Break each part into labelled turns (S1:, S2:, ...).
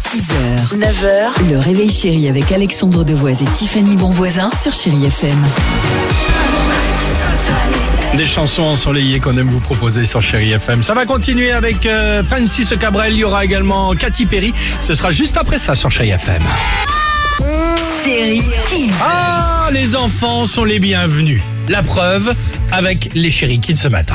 S1: 6h, 9h, le réveil chéri avec Alexandre Devoise et Tiffany Bonvoisin sur Chérie FM.
S2: Des chansons ensoleillées qu'on aime vous proposer sur Chéri FM. Ça va continuer avec euh, Francis Cabrel. Il y aura également Cathy Perry. Ce sera juste après ça sur Chéri FM.
S1: Chérie Kids.
S2: Ah, les enfants sont les bienvenus. La preuve avec les Chéri Kids ce matin.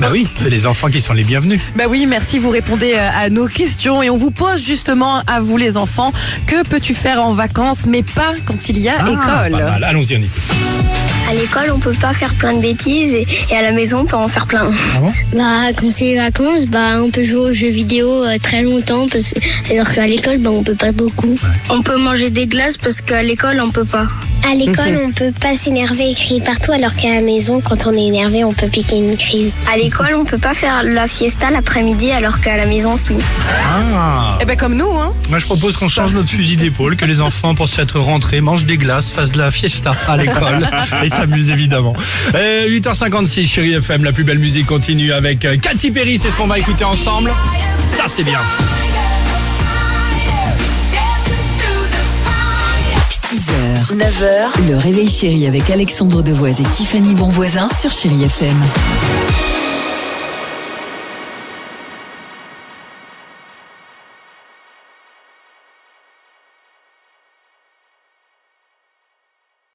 S2: bah oui, c'est les enfants qui sont les bienvenus.
S3: Bah oui, merci, vous répondez euh, à nos questions et on vous pose justement à vous les enfants, que peux-tu faire en vacances mais pas quand il y a
S2: Ah,
S3: école
S2: pas mal. Allons-y, on y va.
S4: À l'école, on peut pas faire plein de bêtises et, et à la maison, on peut en faire plein.
S2: bon
S4: bah, quand c'est les vacances, bah, on peut jouer aux jeux vidéo euh, très longtemps parce que, alors qu'à l'école, bah, on peut pas beaucoup. On peut manger des glaces parce qu'à l'école, on peut pas. À l'école, on peut pas s'énerver et crier partout alors qu'à la maison, quand on est énervé, on peut piquer une crise. À l'école, on peut pas faire la fiesta l'après-midi alors qu'à la maison, si.
S2: Ah.
S3: Eh ben comme nous, hein
S2: Moi, je propose qu'on change notre fusil d'épaule, que les enfants, pour s'être rentrés, mangent des glaces, fassent de la fiesta à l'école et s'amusent évidemment. Euh, 8h56, chérie FM, la plus belle musique continue avec euh, Katy Perry. C'est ce qu'on va écouter ensemble. Ça, c'est bien.
S5: Dancing through the fire.
S1: 6h, 9h, le réveil chéri avec Alexandre Devoise et Tiffany Bonvoisin sur Chérie FM.